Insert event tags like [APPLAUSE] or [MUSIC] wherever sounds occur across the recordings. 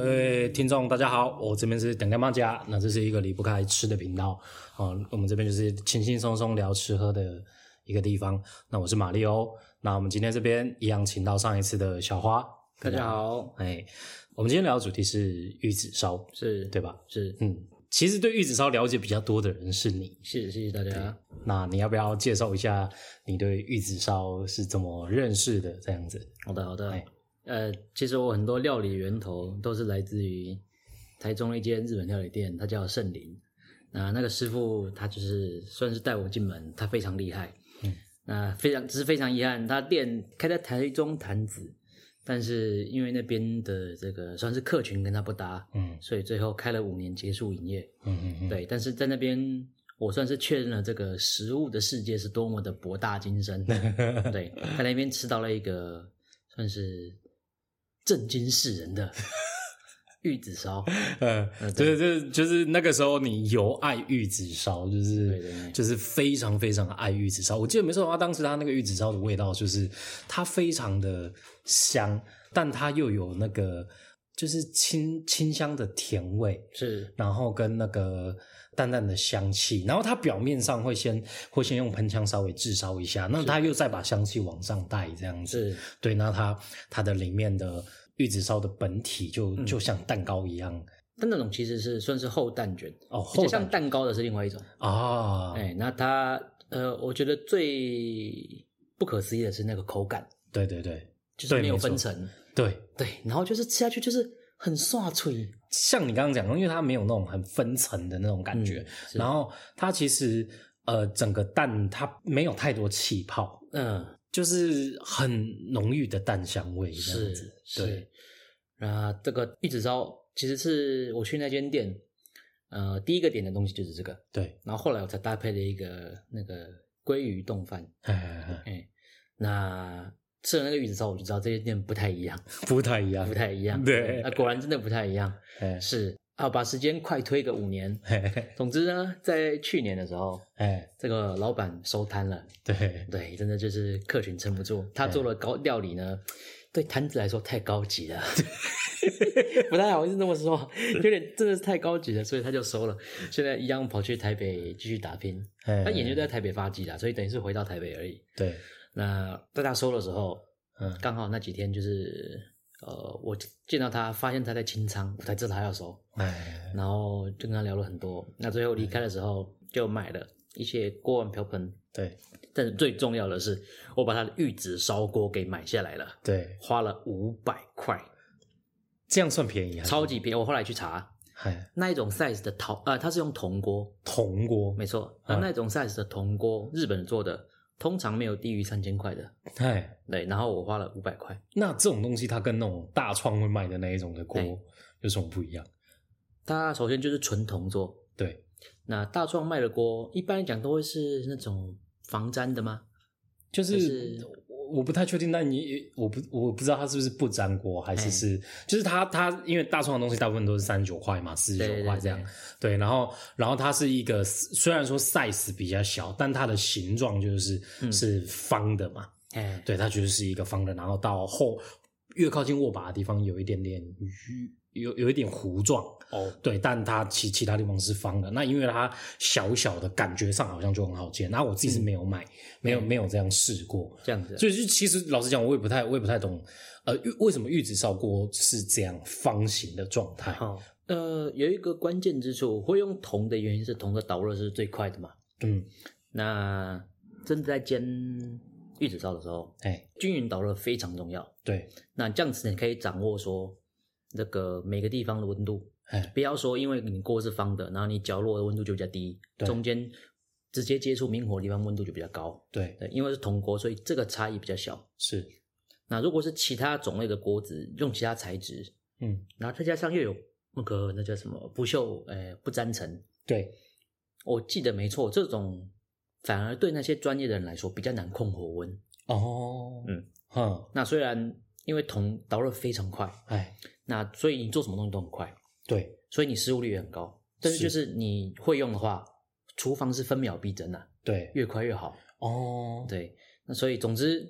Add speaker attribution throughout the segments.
Speaker 1: 位听众，大家好，我这边是点干妈家，那这是一个离不开吃的频道啊、我们这边就是轻轻松松聊吃喝的一个地方。那我是马里欧，那我们今天这边一样请到上一次的小花，
Speaker 2: 大家，好，
Speaker 1: 哎，我们今天聊的主题是玉子烧，
Speaker 2: 是
Speaker 1: 对吧？
Speaker 2: 是
Speaker 1: 嗯，其实对玉子烧了解比较多的人是你，
Speaker 2: 谢谢谢谢大家。
Speaker 1: 那你要不要介绍一下你对玉子烧是怎么认识的？这样子，
Speaker 2: 好的好的
Speaker 1: 哎，
Speaker 2: 呃，其实我很多料理源头都是来自于台中一间日本料理店，它叫圣林。那那个师傅他就是算是带我进门，他非常厉害。
Speaker 1: 嗯，
Speaker 2: 那非常只是非常遗憾，他店开在台中潭子，但是因为那边的这个算是客群跟他不搭，
Speaker 1: 嗯
Speaker 2: 所以最后开了五年结束营业。
Speaker 1: 嗯嗯嗯，
Speaker 2: 对，但是在那边我算是确认了这个食物的世界是多么的博大
Speaker 1: [LAUGHS]
Speaker 2: 精深。对，在那边吃到了一个算是震惊世
Speaker 1: [LAUGHS]
Speaker 2: 人的玉子烧。
Speaker 1: 呃，
Speaker 2: 嗯
Speaker 1: 对对，就是那个时候你有爱玉子烧，就是
Speaker 2: 对对对
Speaker 1: 就是非常非常爱玉子烧。我记得没错的话，当时它那个玉子烧的味道就是它非常的香，但它又有那个就是清清香的甜味，
Speaker 2: 是
Speaker 1: 然后跟那个淡淡的香气，然后它表面上会先会先用喷枪稍微炙烧一下，那它又再把香气往上带，这样子。
Speaker 2: 是，
Speaker 1: 对，那它它的里面的玉子烧的本体就、
Speaker 2: 嗯
Speaker 1: 就像蛋糕一样
Speaker 2: 但那种其实是算是厚蛋卷，
Speaker 1: 哦，
Speaker 2: 比
Speaker 1: 厚
Speaker 2: 较
Speaker 1: 蛋
Speaker 2: 像蛋糕的是另外一种。
Speaker 1: 啊，
Speaker 2: 哎，那它呃，我觉得最不可思议的是那个口感，
Speaker 1: 对对对
Speaker 2: 就是
Speaker 1: 对
Speaker 2: 没有
Speaker 1: 没错
Speaker 2: 分层。
Speaker 1: 对，
Speaker 2: 对，然后就是吃下去就是很刷脆，
Speaker 1: 像你刚刚讲的，因为它没有那种很分层的那种感觉，
Speaker 2: 嗯是
Speaker 1: 嗯然后它其实呃整个蛋它没有太多气泡，
Speaker 2: 嗯，
Speaker 1: 就是很浓郁的蛋香味这样
Speaker 2: 是
Speaker 1: 子，对
Speaker 2: 是，那这个玉子烧其实是我去那间店，呃，第一个点的东西就是这个，
Speaker 1: 对，
Speaker 2: 然后后来我才搭配了一个那个鲑鱼冻饭，
Speaker 1: 哎哎哎
Speaker 2: 哎、那吃了那个玉子烧，我就知道这间店不太一样，
Speaker 1: 不太一样，
Speaker 2: 不太一
Speaker 1: [LAUGHS]
Speaker 2: 样，
Speaker 1: 对
Speaker 2: 那、果然真的不太一样，
Speaker 1: 哎
Speaker 2: 是啊，把时间快推个五年，
Speaker 1: 哎
Speaker 2: 总之呢，在去年的时候，
Speaker 1: 哎，
Speaker 2: 这个老板收摊了。
Speaker 1: 对
Speaker 2: 对，真的就是客群撑不住。他做了高料理呢，对摊子来说太高级了，不太好意思这么说，有点真的是太高级了，所以他就收了。现在一样跑去台北继续打拼，
Speaker 1: 哎，
Speaker 2: 他研究在台北发迹啦，所以等于是回到台北而已。
Speaker 1: 对，
Speaker 2: 那在他收的时候，
Speaker 1: 嗯
Speaker 2: 刚好那几天就是呃，我见到他，发现他在清仓，我才知道他要收，
Speaker 1: 哎
Speaker 2: 然后就跟他聊了很多。那最后离开的时候，就买了一些锅碗瓢盆。
Speaker 1: 对
Speaker 2: 但是最重要的是，我把他的玉子烧锅给买下来了，
Speaker 1: 对，
Speaker 2: 花了五百块，
Speaker 1: 这样算便宜还是
Speaker 2: 超级便宜。我后来去查，
Speaker 1: 哎
Speaker 2: 那一种 size 的陶，呃，它是用铜锅，
Speaker 1: 铜锅，
Speaker 2: 没错，呃
Speaker 1: 嗯
Speaker 2: 那那种 size 的铜锅，日本做的，通常没有低于三千块的。
Speaker 1: 哎。
Speaker 2: 对，然后我花了五百块，
Speaker 1: 那这种东西，它跟那种大创会卖的那一种的锅
Speaker 2: 对
Speaker 1: 有什么不一样？
Speaker 2: 它首先就是纯铜做。
Speaker 1: 对，
Speaker 2: 那大壮卖的锅，一般来讲都会是那种防粘的吗？
Speaker 1: 就是
Speaker 2: 就是
Speaker 1: 我我不太确定，但你我不我不知道它是不是不粘锅，还是
Speaker 2: 哎
Speaker 1: 是、就是它它因为大创的东西大部分都是三十九块嘛，四十
Speaker 2: 对
Speaker 1: 九块这样。
Speaker 2: 对
Speaker 1: 对，然后然后它是一个虽然说 size 比较小，但它的形状就是、
Speaker 2: 嗯
Speaker 1: 是方的嘛，
Speaker 2: 对哎，
Speaker 1: 对，它就是一个方的，然后到后越靠近握把的地方有一点点有有一点弧状，
Speaker 2: 哦，
Speaker 1: 对，但它其其他地方是方的。那因为它小小的，感觉上好像就很好煎。那我自己是
Speaker 2: 嗯
Speaker 1: 没有买，没有没有这样试过。
Speaker 2: 这样子，啊
Speaker 1: 所以就其实老实讲，我也不太我也不太懂，呃，玉为什么玉子烧锅是这样方形的状态？
Speaker 2: 好，呃，有一个关键之处，我会用铜的原因是铜的导热是最快的嘛。
Speaker 1: 嗯，
Speaker 2: 那真的在煎玉子烧的时候，
Speaker 1: 哎、
Speaker 2: 均匀导热非常重要。
Speaker 1: 对，
Speaker 2: 那这样子你可以掌握说那个每个地方的温度，
Speaker 1: 哎，
Speaker 2: 不要说因为你锅是方的，然后你角落的温度就比较低，
Speaker 1: 对
Speaker 2: 中间直接接触明火的地方温度就比较高。
Speaker 1: 对，
Speaker 2: 对，因为是铜锅，所以这个差异比较小。
Speaker 1: 是，
Speaker 2: 那如果是其他种类的锅子，用其他材质，
Speaker 1: 嗯，
Speaker 2: 然后再加上又有那个那叫什么不锈，呃，不粘层，
Speaker 1: 对，
Speaker 2: 我记得没错，这种反而对那些专业的人来说比较难控火温。
Speaker 1: 哦，
Speaker 2: 嗯，
Speaker 1: 哼，
Speaker 2: 那虽然因为铜导热非常快，
Speaker 1: 哎，
Speaker 2: 那所以你做什么东西都很快，
Speaker 1: 对，
Speaker 2: 所以你失误率也很高。但是
Speaker 1: 是
Speaker 2: 就是你会用的话，厨房是分秒必争啊，
Speaker 1: 对，
Speaker 2: 越快越好。
Speaker 1: 哦，
Speaker 2: 对，那所以总之，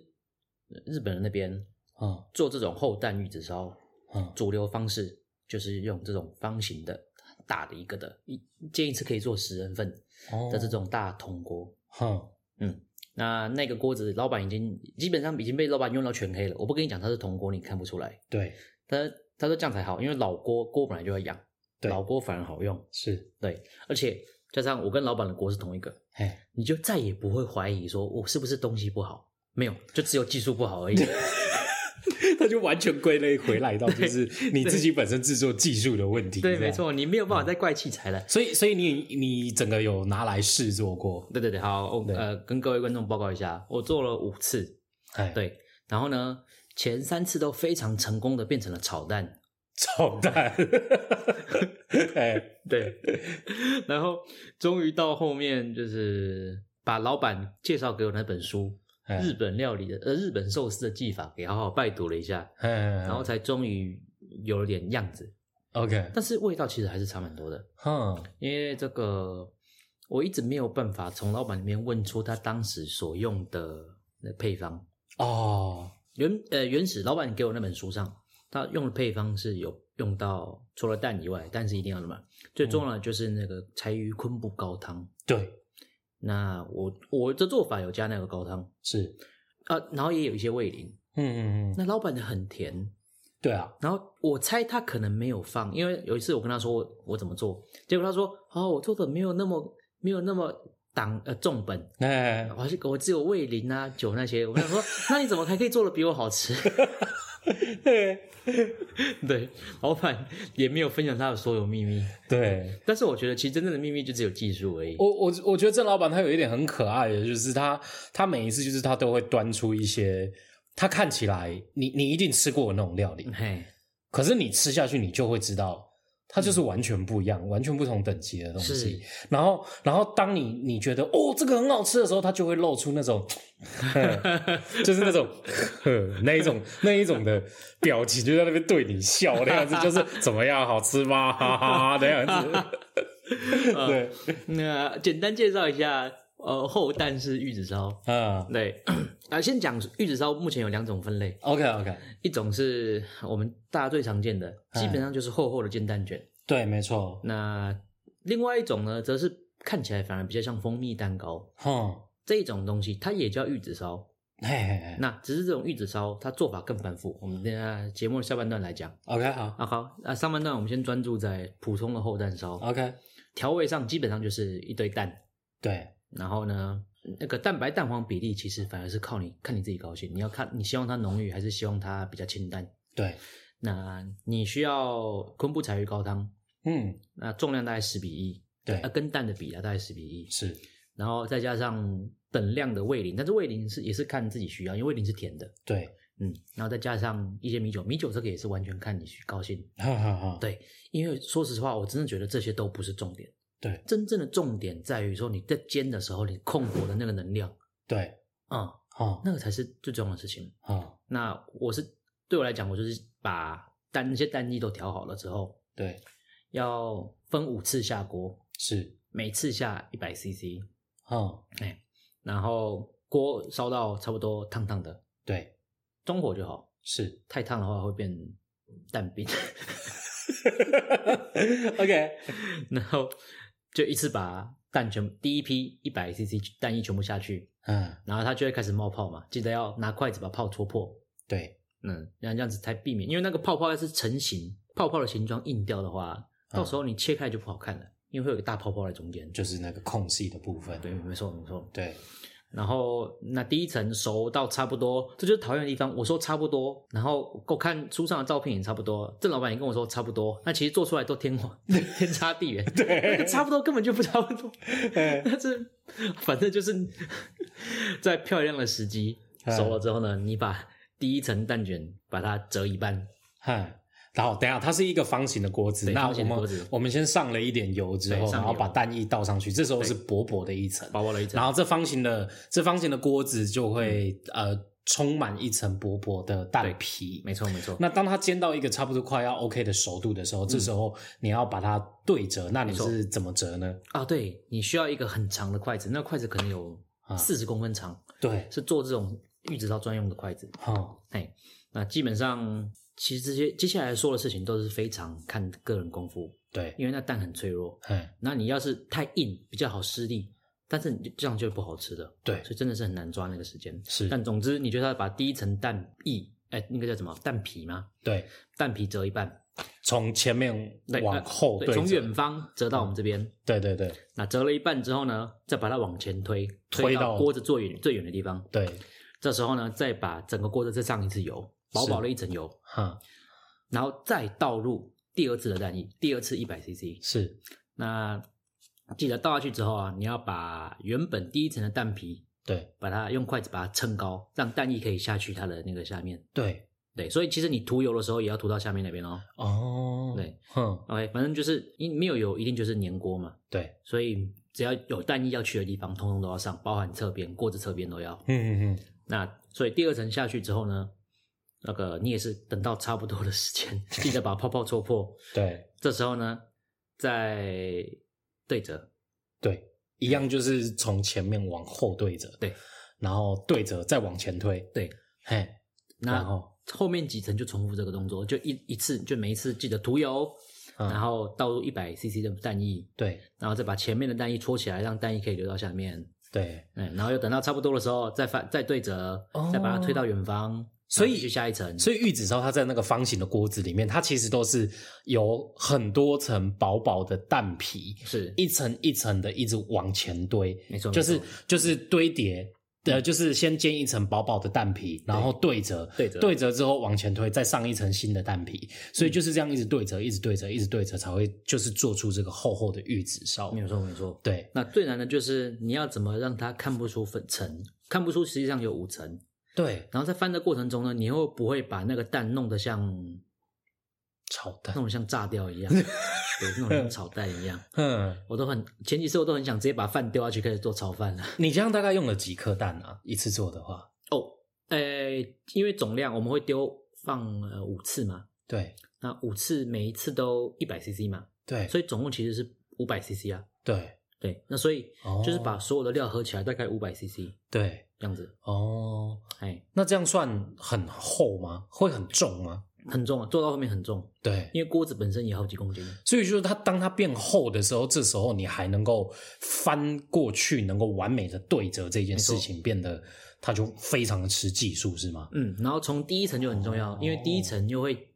Speaker 2: 日本人那边
Speaker 1: 嗯
Speaker 2: 做这种厚蛋玉子烧，
Speaker 1: 嗯，
Speaker 2: 主流方式就是用这种方形的大的一个的，一建议是可以做十人份
Speaker 1: 哦
Speaker 2: 的这，种大铜锅。
Speaker 1: 哼，
Speaker 2: 嗯，那那个锅子老板已经基本上已经被老板用到全黑了。我不跟你讲它是铜锅，你看不出来。
Speaker 1: 对，
Speaker 2: 他他说这样才好，因为老锅锅本来就会痒，
Speaker 1: 对
Speaker 2: 老锅反而好用。
Speaker 1: 是，
Speaker 2: 对，而且加上我跟老板的锅是同一个，
Speaker 1: 哎，
Speaker 2: 你就再也不会怀疑说我是不是东西不好，没有，就只有技术不好而已。
Speaker 1: 他就完全归类回来到就是你自己本身制作技术的问题，
Speaker 2: 对，
Speaker 1: 这样
Speaker 2: 没。错，你没有办法再怪器材了。
Speaker 1: 所以，所以你你整个有拿来试做过，
Speaker 2: 对对对，好，我
Speaker 1: 对
Speaker 2: 呃跟各位观众报告一下，我做了五次，
Speaker 1: 哎，，
Speaker 2: 对，然后呢，前三次都非常成功的变成了炒蛋，
Speaker 1: 炒蛋，哎，
Speaker 2: 对， [LAUGHS] 然后终于到后面就是把老板介绍给我那本书
Speaker 1: 哎
Speaker 2: 《日本料理的呃日本寿司的技法》给好好拜读了一下，
Speaker 1: 然
Speaker 2: 然后才终于有了点样子，
Speaker 1: OK，
Speaker 2: 但是味道其实还是差蛮多的。
Speaker 1: 哼，
Speaker 2: 因为这个我一直没有办法从老板里面问出他当时所用的那配方。
Speaker 1: 哦，
Speaker 2: 原呃原始老板给我那本书上，他用的配方是有用到除了蛋以外，蛋是一定要的嘛。最重要的就是那个柴鱼昆布高汤。
Speaker 1: 对，
Speaker 2: 那我我的做法有加那个高汤
Speaker 1: 是，
Speaker 2: 啊，然后也有一些味淋。
Speaker 1: 嗯嗯嗯，
Speaker 2: 那老板的很甜，
Speaker 1: 对啊，
Speaker 2: 然后我猜他可能没有放，因为有一次我跟他说我我怎么做，结果他说哦我做的没有那么没有那么挡呃重本，
Speaker 1: 哎，
Speaker 2: 我还是我只有味淋啊、酒那些。我想说，那你怎么还可以做的比我好吃？ [LAUGHS] 对，老板也没有分享他的所有秘密，
Speaker 1: 对，
Speaker 2: 但是我觉得其实真正的秘密就只有技术而已。
Speaker 1: 我我我觉得郑老板他有一点很可爱的，就是他他每一次就是他都会端出一些他看起来你你一定吃过的那种料理，
Speaker 2: 嘿，
Speaker 1: 可是你吃下去你就会知道。它就是
Speaker 2: 嗯
Speaker 1: 完全不一样，完全不同等级的东西。然后，然后当你你觉得哦这个很好吃的时候，它就会露出那种， [LAUGHS] 就是那种 [LAUGHS] 呵那一种那一种的表情，就在那边对你笑那
Speaker 2: [LAUGHS]
Speaker 1: 样子，就是怎么样好吃吗？哈哈哈那样子。
Speaker 2: [LAUGHS] 嗯
Speaker 1: 对，
Speaker 2: 那简单介绍一下，呃，厚蛋是玉子烧。
Speaker 1: 啊
Speaker 2: 对， [COUGHS] 啊，先讲玉子烧，目前有两种分类，
Speaker 1: ，OK OK，
Speaker 2: 一种是我们大家最常见的，基本上就是厚厚的煎蛋卷。
Speaker 1: 对，没错，
Speaker 2: 那另外一种呢，则是看起来反而比较像蜂蜜蛋糕
Speaker 1: 哼，
Speaker 2: 这一种东西，它也叫玉子烧。
Speaker 1: 嘿嘿嘿
Speaker 2: 那只是这种玉子烧，它做法更繁复。我们等一下节目的下半段来讲。
Speaker 1: ，OK 好
Speaker 2: 啊好，啊上半段我们先专注在普通的厚蛋烧，
Speaker 1: ，OK，
Speaker 2: 调味上基本上就是一堆蛋，
Speaker 1: 对，
Speaker 2: 然后呢，那个蛋白蛋黄比例其实反而是靠你看你自己高兴，你要看你希望它浓郁还是希望它比较清淡。
Speaker 1: 对，
Speaker 2: 那你需要昆布柴鱼高汤，
Speaker 1: 嗯，
Speaker 2: 那重量大概十比一，
Speaker 1: 对
Speaker 2: 呃，跟蛋的比啊大概十比一，
Speaker 1: 是，
Speaker 2: 然后再加上等量的味淋，但是味淋是也是看自己需要，因为味淋是甜的。
Speaker 1: 对，
Speaker 2: 嗯，然后再加上一些米酒，米酒这个也是完全看你去高兴。
Speaker 1: 哈哈哈，
Speaker 2: 对，因为说实话，我真的觉得这些都不是重点，
Speaker 1: 对，
Speaker 2: 真正的重点在于说你在煎的时候，你控火的那个能量，
Speaker 1: 对，
Speaker 2: 嗯，
Speaker 1: 哈
Speaker 2: 那个才是最重要的事情。
Speaker 1: 哈，
Speaker 2: 那我是对我来讲，我就是把蛋那些蛋液都调好了之后，
Speaker 1: 对，
Speaker 2: 要分五次下锅，
Speaker 1: 是，哦
Speaker 2: 每次下一百 CC，
Speaker 1: 哈，
Speaker 2: 哎，然后锅烧到差不多烫烫的，
Speaker 1: 对，
Speaker 2: 中火就好，
Speaker 1: 是
Speaker 2: 太烫的话会变蛋饼。 [LAUGHS]
Speaker 1: ，OK，
Speaker 2: 然后就一次把蛋全部第一批一百 CC 蛋液全部下去，
Speaker 1: 嗯，
Speaker 2: 然后它就会开始冒泡嘛，记得要拿筷子把泡戳破，
Speaker 1: 对，
Speaker 2: 嗯，这样这样子才避免，因为那个泡泡要是成型，泡泡的形状硬掉的话，到时候你切开就不好看了，因为会有个大泡泡在中间。
Speaker 1: 就是那个空隙的部分，
Speaker 2: 对，没错没错。
Speaker 1: 对， [LAUGHS]
Speaker 2: 然后那第一层熟到差不多，这就是讨厌的地方。我说差不多，然后我看书上的照片也差不多，郑老板也跟我说差不多，那其实做出来都天荒 [LAUGHS] 天差地远，
Speaker 1: 对
Speaker 2: 那个差不多根本就不差不多。
Speaker 1: 哎
Speaker 2: 但是反正就是 [LAUGHS] 在漂亮的时机
Speaker 1: 哎
Speaker 2: 熟了之后呢，你把第一层蛋卷把它折一半，
Speaker 1: 哈。然后等一下，它是一个方形的锅子，
Speaker 2: 对
Speaker 1: 那
Speaker 2: 方
Speaker 1: 我
Speaker 2: 形的锅子
Speaker 1: 们我们先上了一点油之
Speaker 2: 对
Speaker 1: 后，
Speaker 2: 上
Speaker 1: 然后
Speaker 2: 油
Speaker 1: 把蛋液倒上去，这时候
Speaker 2: 对
Speaker 1: 是薄薄的一层，
Speaker 2: 薄薄的一层
Speaker 1: 然，后这方形的这方形的锅子就会、
Speaker 2: 嗯
Speaker 1: 呃充满一层薄薄的蛋皮。
Speaker 2: 没错没错，
Speaker 1: 那当它煎到一个差不多快要 OK 的熟度的时候，这时候你要把它对折，那你
Speaker 2: 错
Speaker 1: 是怎么折呢？
Speaker 2: 啊，对你需要一个很长的筷子，那筷子可能有
Speaker 1: 啊
Speaker 2: 四十公分长，
Speaker 1: 对，
Speaker 2: 是做这种玉子烧专用的筷子。
Speaker 1: 哦，
Speaker 2: 哎，那基本上其实这些接下来说的事情都是非常看个人功夫，
Speaker 1: 对，
Speaker 2: 因为那蛋很脆弱，
Speaker 1: 哎，
Speaker 2: 那你要是太硬比较好施力，但是你就这样就不好吃的，
Speaker 1: 对
Speaker 2: 所以真的是很难抓那个时间。
Speaker 1: 是，
Speaker 2: 但总之，你就是要把第一层蛋液，哎，那个叫什么蛋皮吗？
Speaker 1: 对，
Speaker 2: 蛋皮折一半，
Speaker 1: 从前面
Speaker 2: 对
Speaker 1: 往后
Speaker 2: 哦对，从
Speaker 1: 着
Speaker 2: 远方折到我们这边。
Speaker 1: 对对对
Speaker 2: 那折了一半之后呢，再把它往前推，推
Speaker 1: 推到
Speaker 2: 到锅子最远最远的地方。
Speaker 1: 对，
Speaker 2: 这时候呢，再把整个锅子再上一次油，薄薄的一层油，
Speaker 1: 哈，
Speaker 2: 然后再倒入第二次的蛋液，第二次一百 CC。
Speaker 1: 是，
Speaker 2: 那记得倒下去之后啊，你要把原本第一层的蛋皮，
Speaker 1: 对
Speaker 2: 把它用筷子把它撑高，让蛋液可以下去它的那个下面。
Speaker 1: 对，
Speaker 2: 对，所以其实你涂油的时候也要涂到下面那边哦。
Speaker 1: 哦，
Speaker 2: 对
Speaker 1: 哼，
Speaker 2: OK，反正就是因没有油一定就是粘锅嘛，
Speaker 1: 对，
Speaker 2: 所以只要有蛋液要去的地方，通通都要上，包含侧边、锅子侧边都要。
Speaker 1: 嗯嗯嗯，
Speaker 2: 那所以第二层下去之后呢，那个你也是等到差不多的时间， [LAUGHS] 记得把泡泡戳破。
Speaker 1: 对
Speaker 2: 这时候呢，再对折，
Speaker 1: 对，一样就是从前面往后对着，
Speaker 2: 对，
Speaker 1: 然后对着再往前推，
Speaker 2: 对，
Speaker 1: 嘿，
Speaker 2: 那
Speaker 1: 然后
Speaker 2: 后面几层就重复这个动作，就一一次就每一次记得涂油，
Speaker 1: 嗯
Speaker 2: 然后倒入一百 CC 的蛋液，
Speaker 1: 对
Speaker 2: 然后再把前面的蛋液戳起来，让蛋液可以流到下面。
Speaker 1: 对，
Speaker 2: 嗯，然后又等到差不多的时候，再翻再对折，
Speaker 1: 哦
Speaker 2: 再把它推到远方，
Speaker 1: 所以
Speaker 2: 然后继续下一层。
Speaker 1: 所以玉子烧它在那个方形的锅子里面，它其实都是有很多层薄薄的蛋皮，
Speaker 2: 是
Speaker 1: 一层一层的一直往前堆，
Speaker 2: 没错
Speaker 1: 就是
Speaker 2: 没错
Speaker 1: 就是堆叠。呃，就是先煎一层薄薄的蛋皮，然后对折，
Speaker 2: 对折
Speaker 1: 对折之后往前推，再上一层新的蛋皮，所以就是这样一直对折，一直对折，一直对折，才会就是做出这个厚厚的玉子烧。
Speaker 2: 没有错没有错。
Speaker 1: 对
Speaker 2: 那最难的就是你要怎么让它看不出粉层，看不出实际上有五层。
Speaker 1: 对，
Speaker 2: 然后在翻的过程中呢，你又不会把那个蛋弄得像
Speaker 1: 炒
Speaker 2: 弄
Speaker 1: 蛋，
Speaker 2: 得像炸掉一样，对，弄得像炒蛋一样。
Speaker 1: 嗯，
Speaker 2: 我都很前几次我都很想直接把饭丢下去开始做炒饭了。
Speaker 1: 你这样大概用了几颗蛋啊？一次做的话，
Speaker 2: 哦，呃，因为总量我们会丢放呃五次嘛，
Speaker 1: 对
Speaker 2: 那五次每一次都一百 CC 嘛，
Speaker 1: 对
Speaker 2: 所以总共其实是五百 CC 啊。
Speaker 1: 对，
Speaker 2: 对，那所以
Speaker 1: 哦
Speaker 2: 就是把所有的料合起来大概五百 CC
Speaker 1: 对
Speaker 2: 这样子，
Speaker 1: 哦，
Speaker 2: 哎，
Speaker 1: 那这样算很厚吗？会很重吗？
Speaker 2: 很重啊，做到后面很重，
Speaker 1: 对，
Speaker 2: 因为锅子本身也好几公斤。
Speaker 1: 所以就是它当它变厚的时候，这时候你还能够翻过去，能够完美的对折这件事情，变得它就非常的吃技术，是吗？
Speaker 2: 嗯，然后从第一层就很重要，因为第一层又会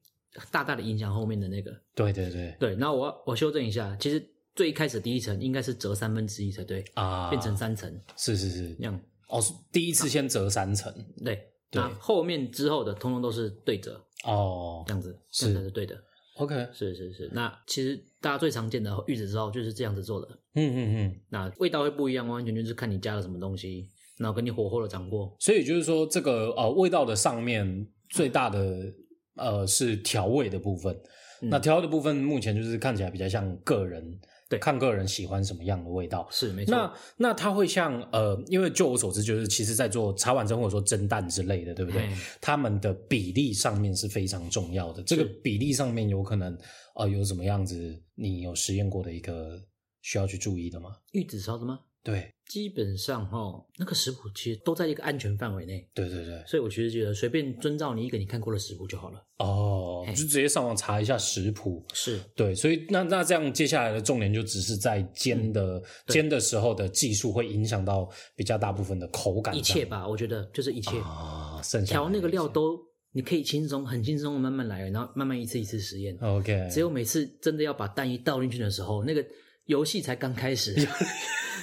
Speaker 2: 大大的影响后面的那个。
Speaker 1: 对对对，
Speaker 2: 对，然后我要我修正一下，其实最一开始第一层应该是折三分之一才对，
Speaker 1: 啊，
Speaker 2: 变成三层
Speaker 1: 是是是
Speaker 2: 那，样。
Speaker 1: 哦，是第一次先折三层，
Speaker 2: 对，
Speaker 1: 对
Speaker 2: 那后面之后的通通都是对折，
Speaker 1: 哦
Speaker 2: 这样子，
Speaker 1: 是
Speaker 2: 这样才是对的。
Speaker 1: ，OK，嗯
Speaker 2: 是是是，那其实大家最常见的玉子烧就是这样子做的，
Speaker 1: 嗯嗯嗯，
Speaker 2: 那味道会不一样，完全就是看你加了什么东西，然后跟你火候的掌握。
Speaker 1: 所以就是说，这个呃味道的上面最大的呃是调味的部分。
Speaker 2: 嗯
Speaker 1: 那调味的部分目前就是看起来比较像个人，
Speaker 2: 对
Speaker 1: 看个人喜欢什么样的味道。
Speaker 2: 是没
Speaker 1: 那
Speaker 2: 错，
Speaker 1: 那它会像呃，因为就我所知，就是其实在做茶碗蒸或者说蒸蛋之类的，对不对
Speaker 2: 嘿？
Speaker 1: 他们的比例上面是非常重要的。这个比例上面有可能呃有什么样子？你有实验过的一个需要去注意的吗？
Speaker 2: 玉子烧的吗？
Speaker 1: 对
Speaker 2: 基本上哈，那个食谱其实都在一个安全范围内，
Speaker 1: 对对对，
Speaker 2: 所以我其实觉得随便遵照你一个你看过的食谱就好了。
Speaker 1: 哦，
Speaker 2: 嘿
Speaker 1: 就直接上网查一下食谱，
Speaker 2: 是
Speaker 1: 对，所以那那这样接下来的重点就只是在煎的、
Speaker 2: 嗯对
Speaker 1: 煎的时候的技术会影响到比较大部分的口感
Speaker 2: 一
Speaker 1: 上
Speaker 2: 切吧，我觉得就是一切，
Speaker 1: 啊，剩下
Speaker 2: 调那个料
Speaker 1: 都
Speaker 2: 都你可以轻松，很轻松的慢慢来，然后慢慢一次一次实验。
Speaker 1: OK，
Speaker 2: 只有每次真的要把蛋一倒进去的时候，那个游戏才刚开 [LAUGHS] 始，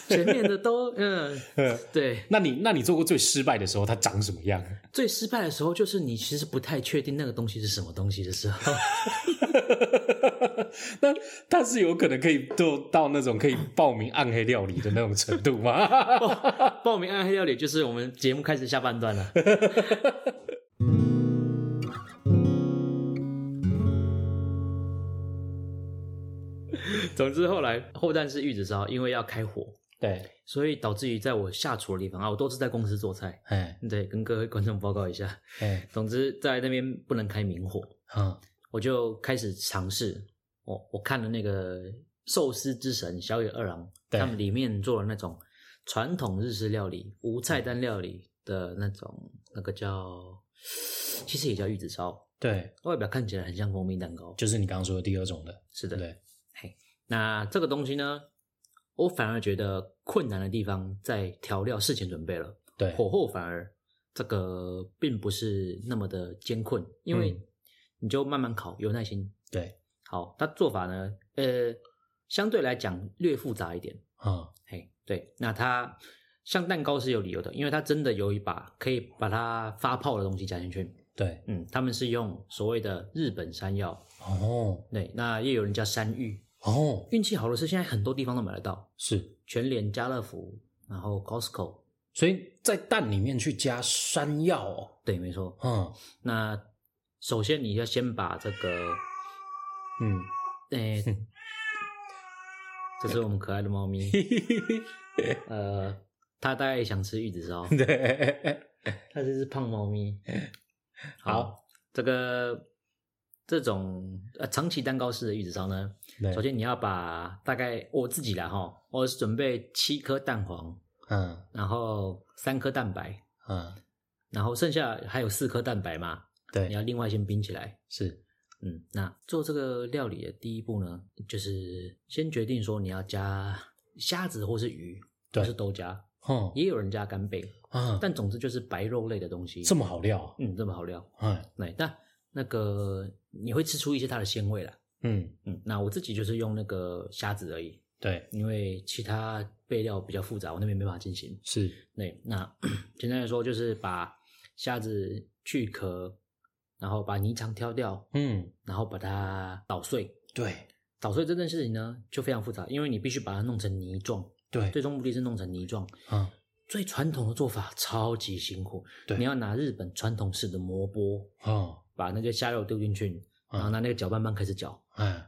Speaker 2: 前面的都嗯，对。
Speaker 1: 那你那你做过最失败的时候，它长什么样？ [LAUGHS]
Speaker 2: 最失败的时候就是你其实不太确定那个东西是什么东西的时 [LAUGHS] 候，
Speaker 1: 那它是有可能可以做到那种可以报名暗黑料理的那种程度吗？
Speaker 2: 报名暗黑料理就是我们节目开始下半段 [LAUGHS] 了。 [LAUGHS] 总之后来后蛋是玉子烧，因为要开火，
Speaker 1: [LAUGHS] 对，
Speaker 2: 所以导致于在我下厨的地方啊，我都是在公司做菜。
Speaker 1: 哎
Speaker 2: 对，跟各位观众报告一下。
Speaker 1: 哎，
Speaker 2: 总之在那边不能开明火，
Speaker 1: 啊
Speaker 2: 我就开始尝试。我我看了那个《寿司之神》小野二郎，
Speaker 1: 对
Speaker 2: 他们里面做了那种传
Speaker 1: 嗯
Speaker 2: 统日式料理、无菜单料理的那种，那个叫其实也叫玉子烧，
Speaker 1: 对，
Speaker 2: 外表看起来很像蜂蜜蛋糕。
Speaker 1: 就是你刚刚说的第二种的，
Speaker 2: 是的，
Speaker 1: 对，
Speaker 2: 那这个东西呢，我反而觉得困难的地方在调料事前准备了，
Speaker 1: 对，
Speaker 2: 火候反而这个并不是那么的艰困，因为
Speaker 1: 嗯
Speaker 2: 你就慢慢烤，有耐心。
Speaker 1: 对，
Speaker 2: 好，它做法呢，呃，相对来讲略复杂一点。
Speaker 1: 嗯，
Speaker 2: 嘿，对，那它像蛋糕是有理由的，因为它真的有一把可以把它发泡的东西加进去。
Speaker 1: 对，
Speaker 2: 嗯，他们是用所谓的日本山药，
Speaker 1: 哦，
Speaker 2: 对，那也有人叫山芋。
Speaker 1: 哦，
Speaker 2: 运气好的是，现在很多地方都买得到，
Speaker 1: 是，
Speaker 2: 全联、家乐福，然后 Costco，
Speaker 1: 所以在蛋里面去加山药哦，
Speaker 2: 对，没错。
Speaker 1: 嗯
Speaker 2: 那首先你要先把这个，
Speaker 1: 嗯， [LAUGHS]
Speaker 2: 诶、这是我们可爱的猫咪，呃，它大概想吃玉子
Speaker 1: [LAUGHS]
Speaker 2: 烧，
Speaker 1: 对，
Speaker 2: 它这只胖猫咪。
Speaker 1: [LAUGHS] 好，
Speaker 2: 这个这种呃长崎蛋糕式的玉子烧呢，
Speaker 1: 对
Speaker 2: 首先你要把大概我自己啦哈，我是准备七颗蛋黄，
Speaker 1: 嗯
Speaker 2: 然后三颗蛋白，
Speaker 1: 嗯，
Speaker 2: 然后剩下还有四颗蛋白嘛，你
Speaker 1: 对，
Speaker 2: 要另外先冰起来。
Speaker 1: 是，
Speaker 2: 嗯，那做这个料理的第一步呢，就是先决定说你要加虾子或是鱼，
Speaker 1: 对
Speaker 2: 或是都加，
Speaker 1: 哦，
Speaker 2: 也有人加干贝，
Speaker 1: 啊，
Speaker 2: 但总之就是白肉类的东西。
Speaker 1: 这么好料啊，
Speaker 2: 嗯，这么好料。
Speaker 1: 嗯
Speaker 2: 对，那那个你会吃出一些它的鲜味啦。
Speaker 1: 嗯，
Speaker 2: 嗯，那我自己就是用那个虾子而已，
Speaker 1: 对，
Speaker 2: 因为其他备料比较复杂，我那边没办法进行。
Speaker 1: 是，
Speaker 2: 对，那 [CLEARS THROAT] 简单来说就是把虾子去壳，然后把泥肠挑掉，
Speaker 1: 嗯，
Speaker 2: 然后把它捣碎。
Speaker 1: 对
Speaker 2: 捣碎这件事情呢，就非常复杂，因为你必须把它弄成泥状，
Speaker 1: 对，
Speaker 2: 最终目的是弄成泥状。
Speaker 1: 嗯，
Speaker 2: 最传统的做法超级辛苦，
Speaker 1: 对
Speaker 2: 你要拿日本传统式的磨钵，
Speaker 1: 哦，
Speaker 2: 把那个虾肉丢进去，然后
Speaker 1: 嗯
Speaker 2: 拿那个搅拌棒开始搅。
Speaker 1: 嗯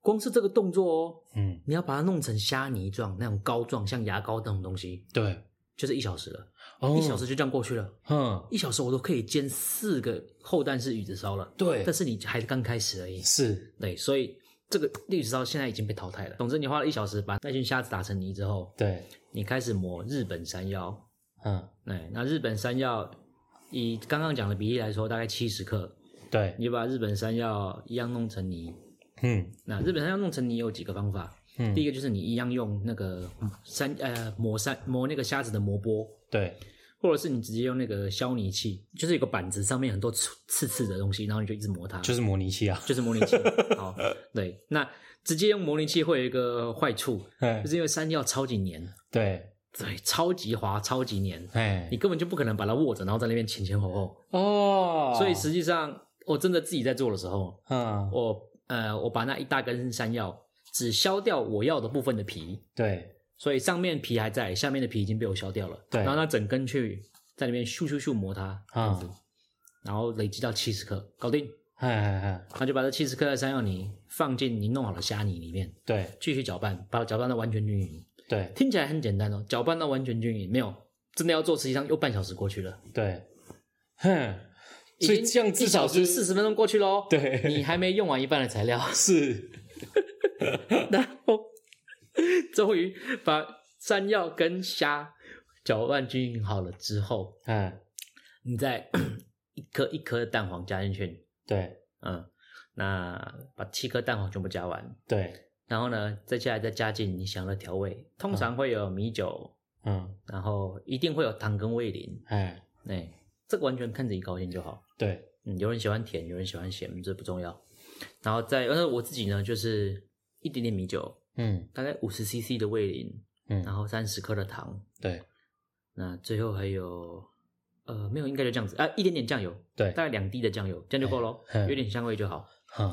Speaker 2: 光是这个动作哦，
Speaker 1: 嗯，
Speaker 2: 你要把它弄成虾泥状，那种膏状，像牙膏那种东西，
Speaker 1: 对，
Speaker 2: 就是一小时了。
Speaker 1: 哦，
Speaker 2: 一小时，就这样过去了，
Speaker 1: 嗯，
Speaker 2: 一小时我都可以煎四个厚蛋式鱼子烧了。
Speaker 1: 对
Speaker 2: 但，是你还刚开始而已。
Speaker 1: 是，
Speaker 2: 对，所以这个绿子烧现在已经被淘汰了。总之，你花了一小时把那群虾子打成泥之后，
Speaker 1: 对，
Speaker 2: 你开始磨日本山药。
Speaker 1: 嗯，
Speaker 2: 哎，那日本山药以刚刚讲的比例来说，大概七十克，
Speaker 1: 对，
Speaker 2: 你把日本山药一样弄成泥。
Speaker 1: 嗯
Speaker 2: 那日本山药弄成泥有几个方法？
Speaker 1: 嗯，
Speaker 2: 第一个就是你一样用那个山呃磨山磨那个虾子的磨波，
Speaker 1: 对，
Speaker 2: 或者是你直接用那个削泥器，就是有个板子上面很多刺刺刺的东西，然后你就一直磨它，
Speaker 1: 就是模拟器啊，
Speaker 2: 就是模拟器。好，对，那直接用模拟器会有一个坏处，
Speaker 1: 嗯
Speaker 2: 就，是因为山药超级黏，
Speaker 1: 对，
Speaker 2: 对，超级滑，超级黏，
Speaker 1: 哎
Speaker 2: 你，根本就不可能把它握着，然后在那边前前后后。
Speaker 1: 哦，
Speaker 2: 所以，实际上，我真的自己在做的时候，
Speaker 1: 嗯，
Speaker 2: 我呃，我把那一大根山药只削掉我要的部分的皮，
Speaker 1: 对，
Speaker 2: 所以上面皮还在，下面的皮已经被我削掉了。
Speaker 1: 对啊
Speaker 2: 然后它整根去在里面咻咻咻磨它，这样子，然后累积到七十克，搞定。
Speaker 1: 哎哎哎，
Speaker 2: 然后就把这七十克的山药泥放进你弄好的虾泥里面，
Speaker 1: 对
Speaker 2: 继续搅拌，把它搅拌到完全均匀。
Speaker 1: 对
Speaker 2: 听起来很简单哦，搅拌到完全均匀，没有真的要做，实际上又半小时过去了。
Speaker 1: 对，哼，所以这样至少是
Speaker 2: 四十分钟过去喽。，你
Speaker 1: 对，
Speaker 2: 还没用完一半的材 [LAUGHS] 料，
Speaker 1: 是，
Speaker 2: 然后终于把山药跟虾搅拌均匀好了之后，
Speaker 1: 嗯，
Speaker 2: 你再 [COUGHS] 一颗一颗的蛋黄加进去，
Speaker 1: 对
Speaker 2: 嗯，那把七颗蛋黄全部加完，
Speaker 1: 对，
Speaker 2: 然后呢，再下来再加进你想要的调味，通常会有米酒，
Speaker 1: 嗯，
Speaker 2: 然后一定会有糖跟味淋，
Speaker 1: 哎，
Speaker 2: 哎、这个完全看自己高兴就好。
Speaker 1: 对，
Speaker 2: 嗯，有人喜欢甜，有人喜欢咸，这不重要。然后再，呃，我自己呢，就是一点点米酒，
Speaker 1: 嗯
Speaker 2: 大概五十 CC 的味淋，然
Speaker 1: 嗯，
Speaker 2: 后三十克的糖，
Speaker 1: 对
Speaker 2: 那最后还有，呃，没有，应该就这样子啊，一点点酱油，
Speaker 1: 对
Speaker 2: 大，概两滴的酱油，这样就够咯，
Speaker 1: 嗯
Speaker 2: 有点香味就好。
Speaker 1: 嗯，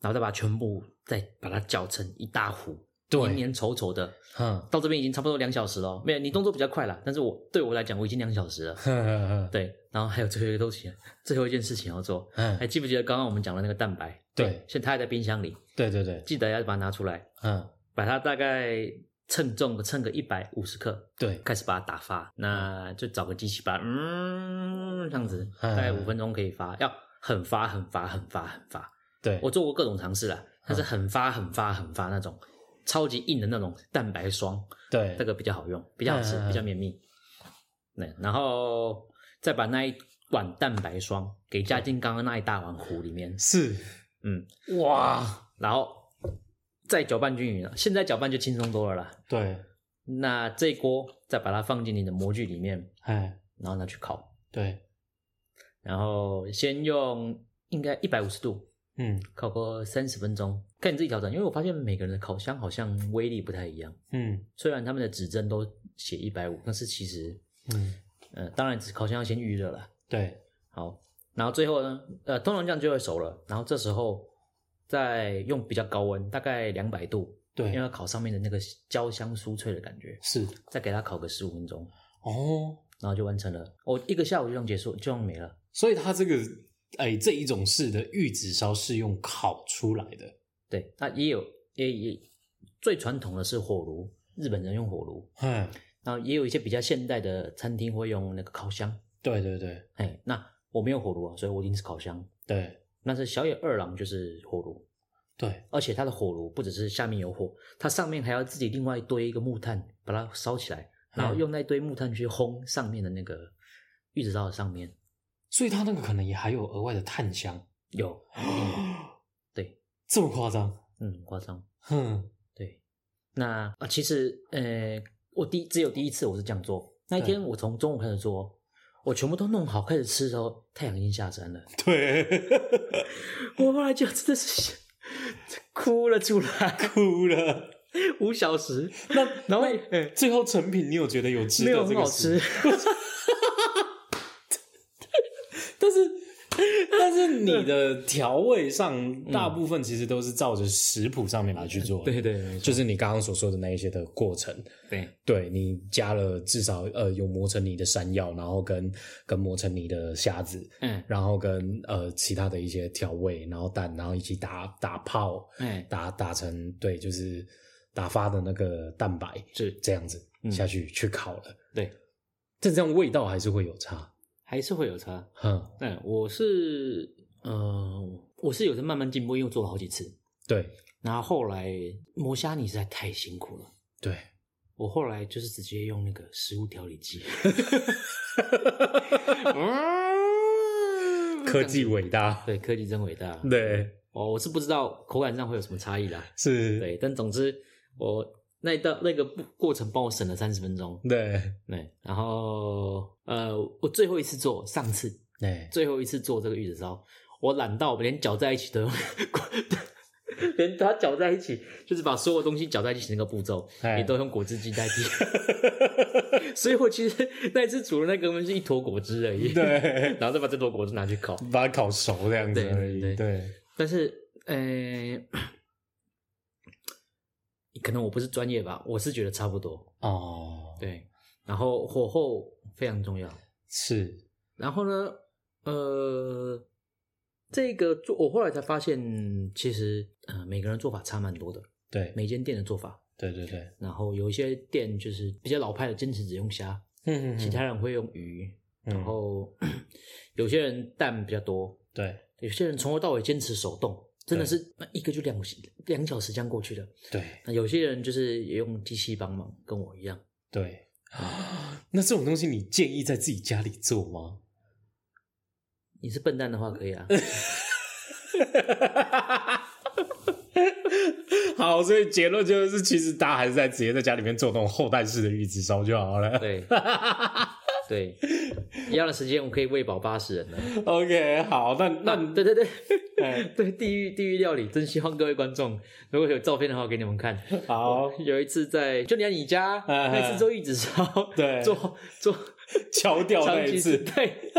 Speaker 2: 然后再把它全部再把它搅成一大糊，黏
Speaker 1: 对，
Speaker 2: 黏稠稠的。
Speaker 1: 嗯，
Speaker 2: 到这边已经差不多两小时了，没有你动作比较快了，但是我对我来讲我已经两小时了。
Speaker 1: 哼，
Speaker 2: 对，然后还有最后一个东西，最后一件事情要做，还
Speaker 1: 嗯，
Speaker 2: 记不记得刚刚我们讲的那个蛋白？
Speaker 1: 对
Speaker 2: 现在它还在冰箱里，
Speaker 1: 对对对，
Speaker 2: 记得要把它拿出来，
Speaker 1: 嗯，
Speaker 2: 把它大概称重个称个一百五十克，
Speaker 1: 对，
Speaker 2: 开始把它打发，那就找个机器把它嗯这样子，
Speaker 1: 嗯
Speaker 2: 大概五分钟可以发，要很发很发很发很发。
Speaker 1: 对，
Speaker 2: 我做过各种尝试啦，但是
Speaker 1: 嗯
Speaker 2: 很发很发很发那种超级硬的那种蛋白霜，
Speaker 1: 对
Speaker 2: 这，个比较好用，比较好吃
Speaker 1: 嗯嗯，嗯
Speaker 2: 比较绵密。对，然后再把那一碗蛋白霜，给加进刚刚那一大碗糊里面，
Speaker 1: 是
Speaker 2: 嗯，
Speaker 1: 哇，
Speaker 2: 然后再搅拌均匀了。现在搅拌就轻松多了啦。
Speaker 1: 对，
Speaker 2: 那这一锅再把它放进你的模具里面，
Speaker 1: 哎，
Speaker 2: 然后拿去烤，
Speaker 1: 对，
Speaker 2: 然后先用应该一百五十度
Speaker 1: 嗯
Speaker 2: 烤个三十分钟，看你自己调整。因为我发现每个人的烤箱好像威力不太一样，
Speaker 1: 嗯
Speaker 2: 虽然他们的指针都写一百五，但是其实，
Speaker 1: 嗯，
Speaker 2: 呃，当然烤箱要先预热了。
Speaker 1: 对，
Speaker 2: 好，然后最后呢，呃，通常这样就会熟了。然后这时候再用比较高温，大概两百度，因为
Speaker 1: 对，
Speaker 2: 要烤上面的那个焦香酥脆的感觉，
Speaker 1: 是，
Speaker 2: 再给它烤个十五分钟，
Speaker 1: 哦，
Speaker 2: 然后就完成了。我、一个下午就这样结束，就这样没了。
Speaker 1: 所以它这个，哎，这一种式的玉子烧是用烤出来的，
Speaker 2: 对，那也有也也最传统的是火炉，日本人用火炉，
Speaker 1: 嗯，
Speaker 2: 然后也有一些比较现代的餐厅会用那个烤箱。
Speaker 1: 对对对
Speaker 2: 哎，那我没有火炉啊，所以我一定是烤箱。
Speaker 1: 对
Speaker 2: 那是小野二郎就是火炉，
Speaker 1: 对，
Speaker 2: 而且它的火炉不只是下面有火，它上面还要自己另外堆一个木炭把它烧起来，然后用那堆木炭去烘上面的那个玉子烧的上面
Speaker 1: 所以它那个可能也还有额外的炭香，
Speaker 2: 有，
Speaker 1: 嗯
Speaker 2: 对，
Speaker 1: 这么夸张，
Speaker 2: [SNIFFS] 嗯，夸张，
Speaker 1: 哼，
Speaker 2: 对。那啊，其实呃，我第只有第一次我是这样做，那一天我从中午开始做，我全部都弄好开始吃的时候，太阳已经下山了，
Speaker 1: [LAUGHS] 对，
Speaker 2: [LAUGHS] 我后来就真的是哭了出来，
Speaker 1: 哭了。
Speaker 2: 五小时，
Speaker 1: 那
Speaker 2: 然 [LAUGHS] 后
Speaker 1: 那
Speaker 2: 哎
Speaker 1: 最后成品，你有觉得有值
Speaker 2: 没
Speaker 1: 得
Speaker 2: 有
Speaker 1: 这
Speaker 2: 很
Speaker 1: 个
Speaker 2: 好
Speaker 1: 事
Speaker 2: 吃？。
Speaker 1: 但是但是你的调味上大部分其实都是照着食谱上面来去做的，
Speaker 2: 对对，没错
Speaker 1: 就是你刚刚所说的那一些的过程。
Speaker 2: 对。
Speaker 1: 对你加了至少呃有磨成泥的山药，然后跟跟磨成泥的虾子，
Speaker 2: 嗯
Speaker 1: 然后跟呃其他的一些调味，然后蛋，然后一起打打泡，
Speaker 2: 哎，
Speaker 1: 打打成对，就是打发的那个蛋白
Speaker 2: 是
Speaker 1: 这样子
Speaker 2: 嗯
Speaker 1: 下去、去烤了。
Speaker 2: 对，
Speaker 1: 但这样味道还是会有差。
Speaker 2: 还是会有差。
Speaker 1: 哼，
Speaker 2: 嗯，我是呃，我是有在慢慢进步，因为我做了好几次。
Speaker 1: 对
Speaker 2: 然后后来磨虾泥实在太辛苦了，
Speaker 1: [LAUGHS] 对，
Speaker 2: 我后来就是直接用那个食物调理机。嗯
Speaker 1: 科技伟大。
Speaker 2: 对科技真伟大。
Speaker 1: 对，
Speaker 2: 哦，我是不知道口感上会有什么差异啦。
Speaker 1: 是，
Speaker 2: 对，但总之我那一道那个步过程帮我省了三十分钟。
Speaker 1: 对，
Speaker 2: 对，然后呃，我最后一次做，上次
Speaker 1: 哎，
Speaker 2: 最后一次做这个玉子烧，我懒到我连搅在一起都用， [LAUGHS] 连它搅在一起，就是把所有东西搅在一起那个步骤，
Speaker 1: 哎
Speaker 2: 也都用果汁机代替。 [LAUGHS] 所以我其实那一次煮的那个根本是一坨果汁而
Speaker 1: [LAUGHS]
Speaker 2: 已，
Speaker 1: 对，
Speaker 2: 然后再把这坨果汁拿去烤。
Speaker 1: 把它烤熟这样子
Speaker 2: 对
Speaker 1: 而已。
Speaker 2: 对对
Speaker 1: 对，
Speaker 2: 但是，呃， [CLEARS THROAT] 可能我不是专业吧，我是觉得差不多。
Speaker 1: 哦，
Speaker 2: 对，然后火候非常重要。
Speaker 1: 是，
Speaker 2: 然后呢，呃，这个做我后来才发现，其实呃每个人做法差蛮多的，
Speaker 1: 对，
Speaker 2: 每间店的做法。
Speaker 1: 对对对，
Speaker 2: 然后有一些店就是比较老派的，坚持只用虾，
Speaker 1: 嗯
Speaker 2: 其他人会用鱼，
Speaker 1: 嗯
Speaker 2: 然后 [CLEARS THROAT] 有些人蛋比较多，
Speaker 1: 对
Speaker 2: 有些人从头到尾坚持手动，真的
Speaker 1: 对
Speaker 2: 是那一个就两两小时这样过去的。
Speaker 1: 对
Speaker 2: 那有些人就是也用机器帮忙，跟我一样。
Speaker 1: 对。 [GASPS] 那这种东西，你建议在自己家里做吗？
Speaker 2: 你是笨蛋的话可以啊，
Speaker 1: [LAUGHS] 好，所以结论就是，其实大家还是在直接在家里面做那种后代式的玉子烧就好了。
Speaker 2: [LAUGHS] 对对，一样的时间我可以喂饱八十人了。
Speaker 1: OK，好，那
Speaker 2: [LAUGHS] 那
Speaker 1: 那
Speaker 2: 对对对
Speaker 1: 哎，
Speaker 2: 对，地狱地狱料理，真希望各位观众，如果有照片的话，我给你们 [LAUGHS] 看。
Speaker 1: 好，
Speaker 2: 有一次在就连你家
Speaker 1: 嗯
Speaker 2: 那次做玉子烧，
Speaker 1: 对
Speaker 2: 做做
Speaker 1: 敲掉那
Speaker 2: 长
Speaker 1: 一
Speaker 2: 期
Speaker 1: 次，
Speaker 2: 对，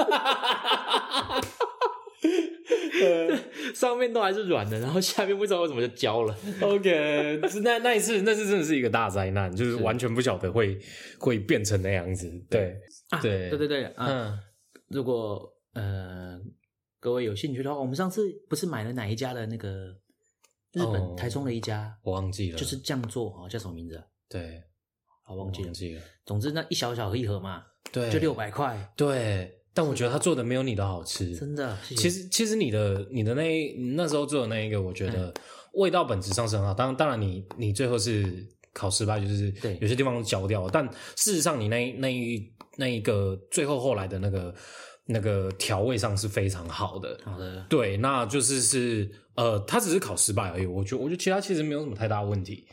Speaker 1: 呃
Speaker 2: [LAUGHS] 上面都还是软的，然后下面不知道为什么就焦了。
Speaker 1: OK，这那那一次，那次真的是一个大灾难，就是完全不晓得会会变成那样子。对，
Speaker 2: 啊
Speaker 1: 对
Speaker 2: 对对对啊！
Speaker 1: 嗯，
Speaker 2: 如果呃各位有兴趣的话，我们上次不是买了哪一家的那个日
Speaker 1: 哦
Speaker 2: 本台中的一家，
Speaker 1: 我忘记了，
Speaker 2: 就是这样做哦，叫什么名字啊？
Speaker 1: 对，
Speaker 2: 啊，忘记了
Speaker 1: 忘。记了，
Speaker 2: 总之那一小小一盒嘛，
Speaker 1: 对，
Speaker 2: 就六，百块，
Speaker 1: 对，但我觉得他做的没有你的好吃。
Speaker 2: 真的。谢谢
Speaker 1: 其实，其实你的你的那你那时候做的那一个，我觉得味道本质上是很好。当然，当然你你最后是烤失败，就是
Speaker 2: 对
Speaker 1: 有些地方焦掉了。但事实上，你那一那一那一个最后后来的那个那个调味上是非常好的。
Speaker 2: 好的，
Speaker 1: 对，那就是是呃，他只是考失败而已。我觉得，我觉得其他其实没有什么太大问题。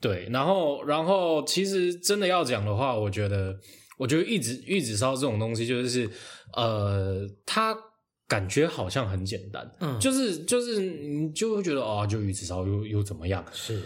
Speaker 1: 对，然后然后其实真的要讲的话，我觉得我觉得玉子玉子烧这种东西，就是呃，它感觉好像很简单，
Speaker 2: 嗯
Speaker 1: 就是就是你就会觉得哦，就玉子烧又又怎么样？
Speaker 2: 是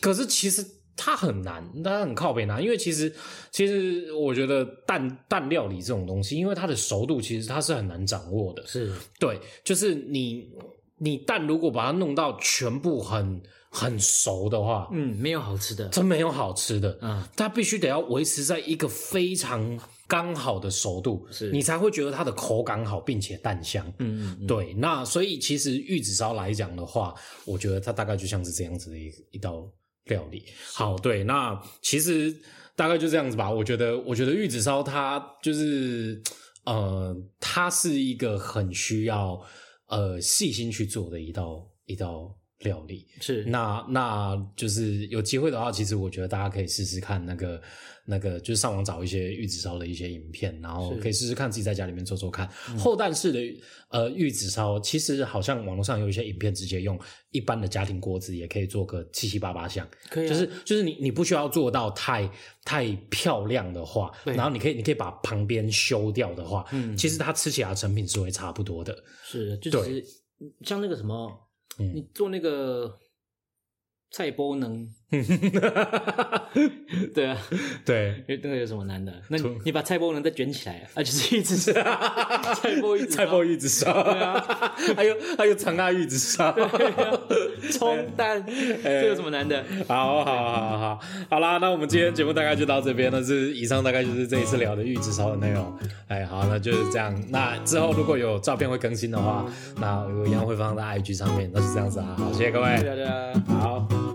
Speaker 1: 可是其实它很难，它很靠北难，因为其实其实我觉得蛋蛋料理这种东西，因为它的熟度其实它是很难掌握的。
Speaker 2: 是，
Speaker 1: 对，就是你你蛋如果把它弄到全部很很熟的话，
Speaker 2: 嗯，没有好吃的，
Speaker 1: 真没有好吃的。
Speaker 2: 嗯，
Speaker 1: 它必须得要维持在一个非常刚好的熟度，
Speaker 2: 是
Speaker 1: 你才会觉得它的口感好，并且蛋香。
Speaker 2: 嗯嗯，
Speaker 1: 对，那所以其实玉子烧来讲的话，我觉得它大概就像是这样子的一一道料理。好，对，那其实大概就这样子吧。我觉得，我觉得玉子烧它就是呃，它是一个很需要呃细心去做的一道一道料理。
Speaker 2: 是
Speaker 1: 那那就是有机会的话，其实我觉得大家可以试试看那个那个，就是上网找一些玉子烧的一些影片，然后
Speaker 2: 是嗯
Speaker 1: 可以试试看自己在家里面做做看。后蛋式的呃玉子烧，其实好像网络上有一些影片直接用一般的家庭锅子也可以做个七七八八像，
Speaker 2: 可以啊，
Speaker 1: 就是就是你你不需要做到太太漂亮的话，
Speaker 2: 对
Speaker 1: 然后你可以你可以把旁边修掉的话，
Speaker 2: 嗯
Speaker 1: 其实它吃起来的成品是会差不多的。
Speaker 2: 是，就
Speaker 1: 对
Speaker 2: 是像那个什么，
Speaker 1: 嗯
Speaker 2: 你做那个菜包 [LAUGHS] 能，对啊，
Speaker 1: 对，
Speaker 2: 因为那个有什么难的？那
Speaker 1: 突
Speaker 2: 你你把菜包能再卷起来啊， [LAUGHS] 就是一直菜包一直
Speaker 1: 菜包玉子烧，
Speaker 2: 啊
Speaker 1: 还有还有长大玉子烧， [LAUGHS]
Speaker 2: [LAUGHS] 冲蛋，这有什么难的？
Speaker 1: 好好好好好啦，那我们今天节目大概就到这边了，是以上大概就是这一次聊的玉子烧的内容。哎，好，那就是这样。那之后如果有照片会更新的话，那我一样会放在 IG 上面。那就这样子啊，好，谢谢各
Speaker 2: 对
Speaker 1: 位，
Speaker 2: 啊对啊。
Speaker 1: 好。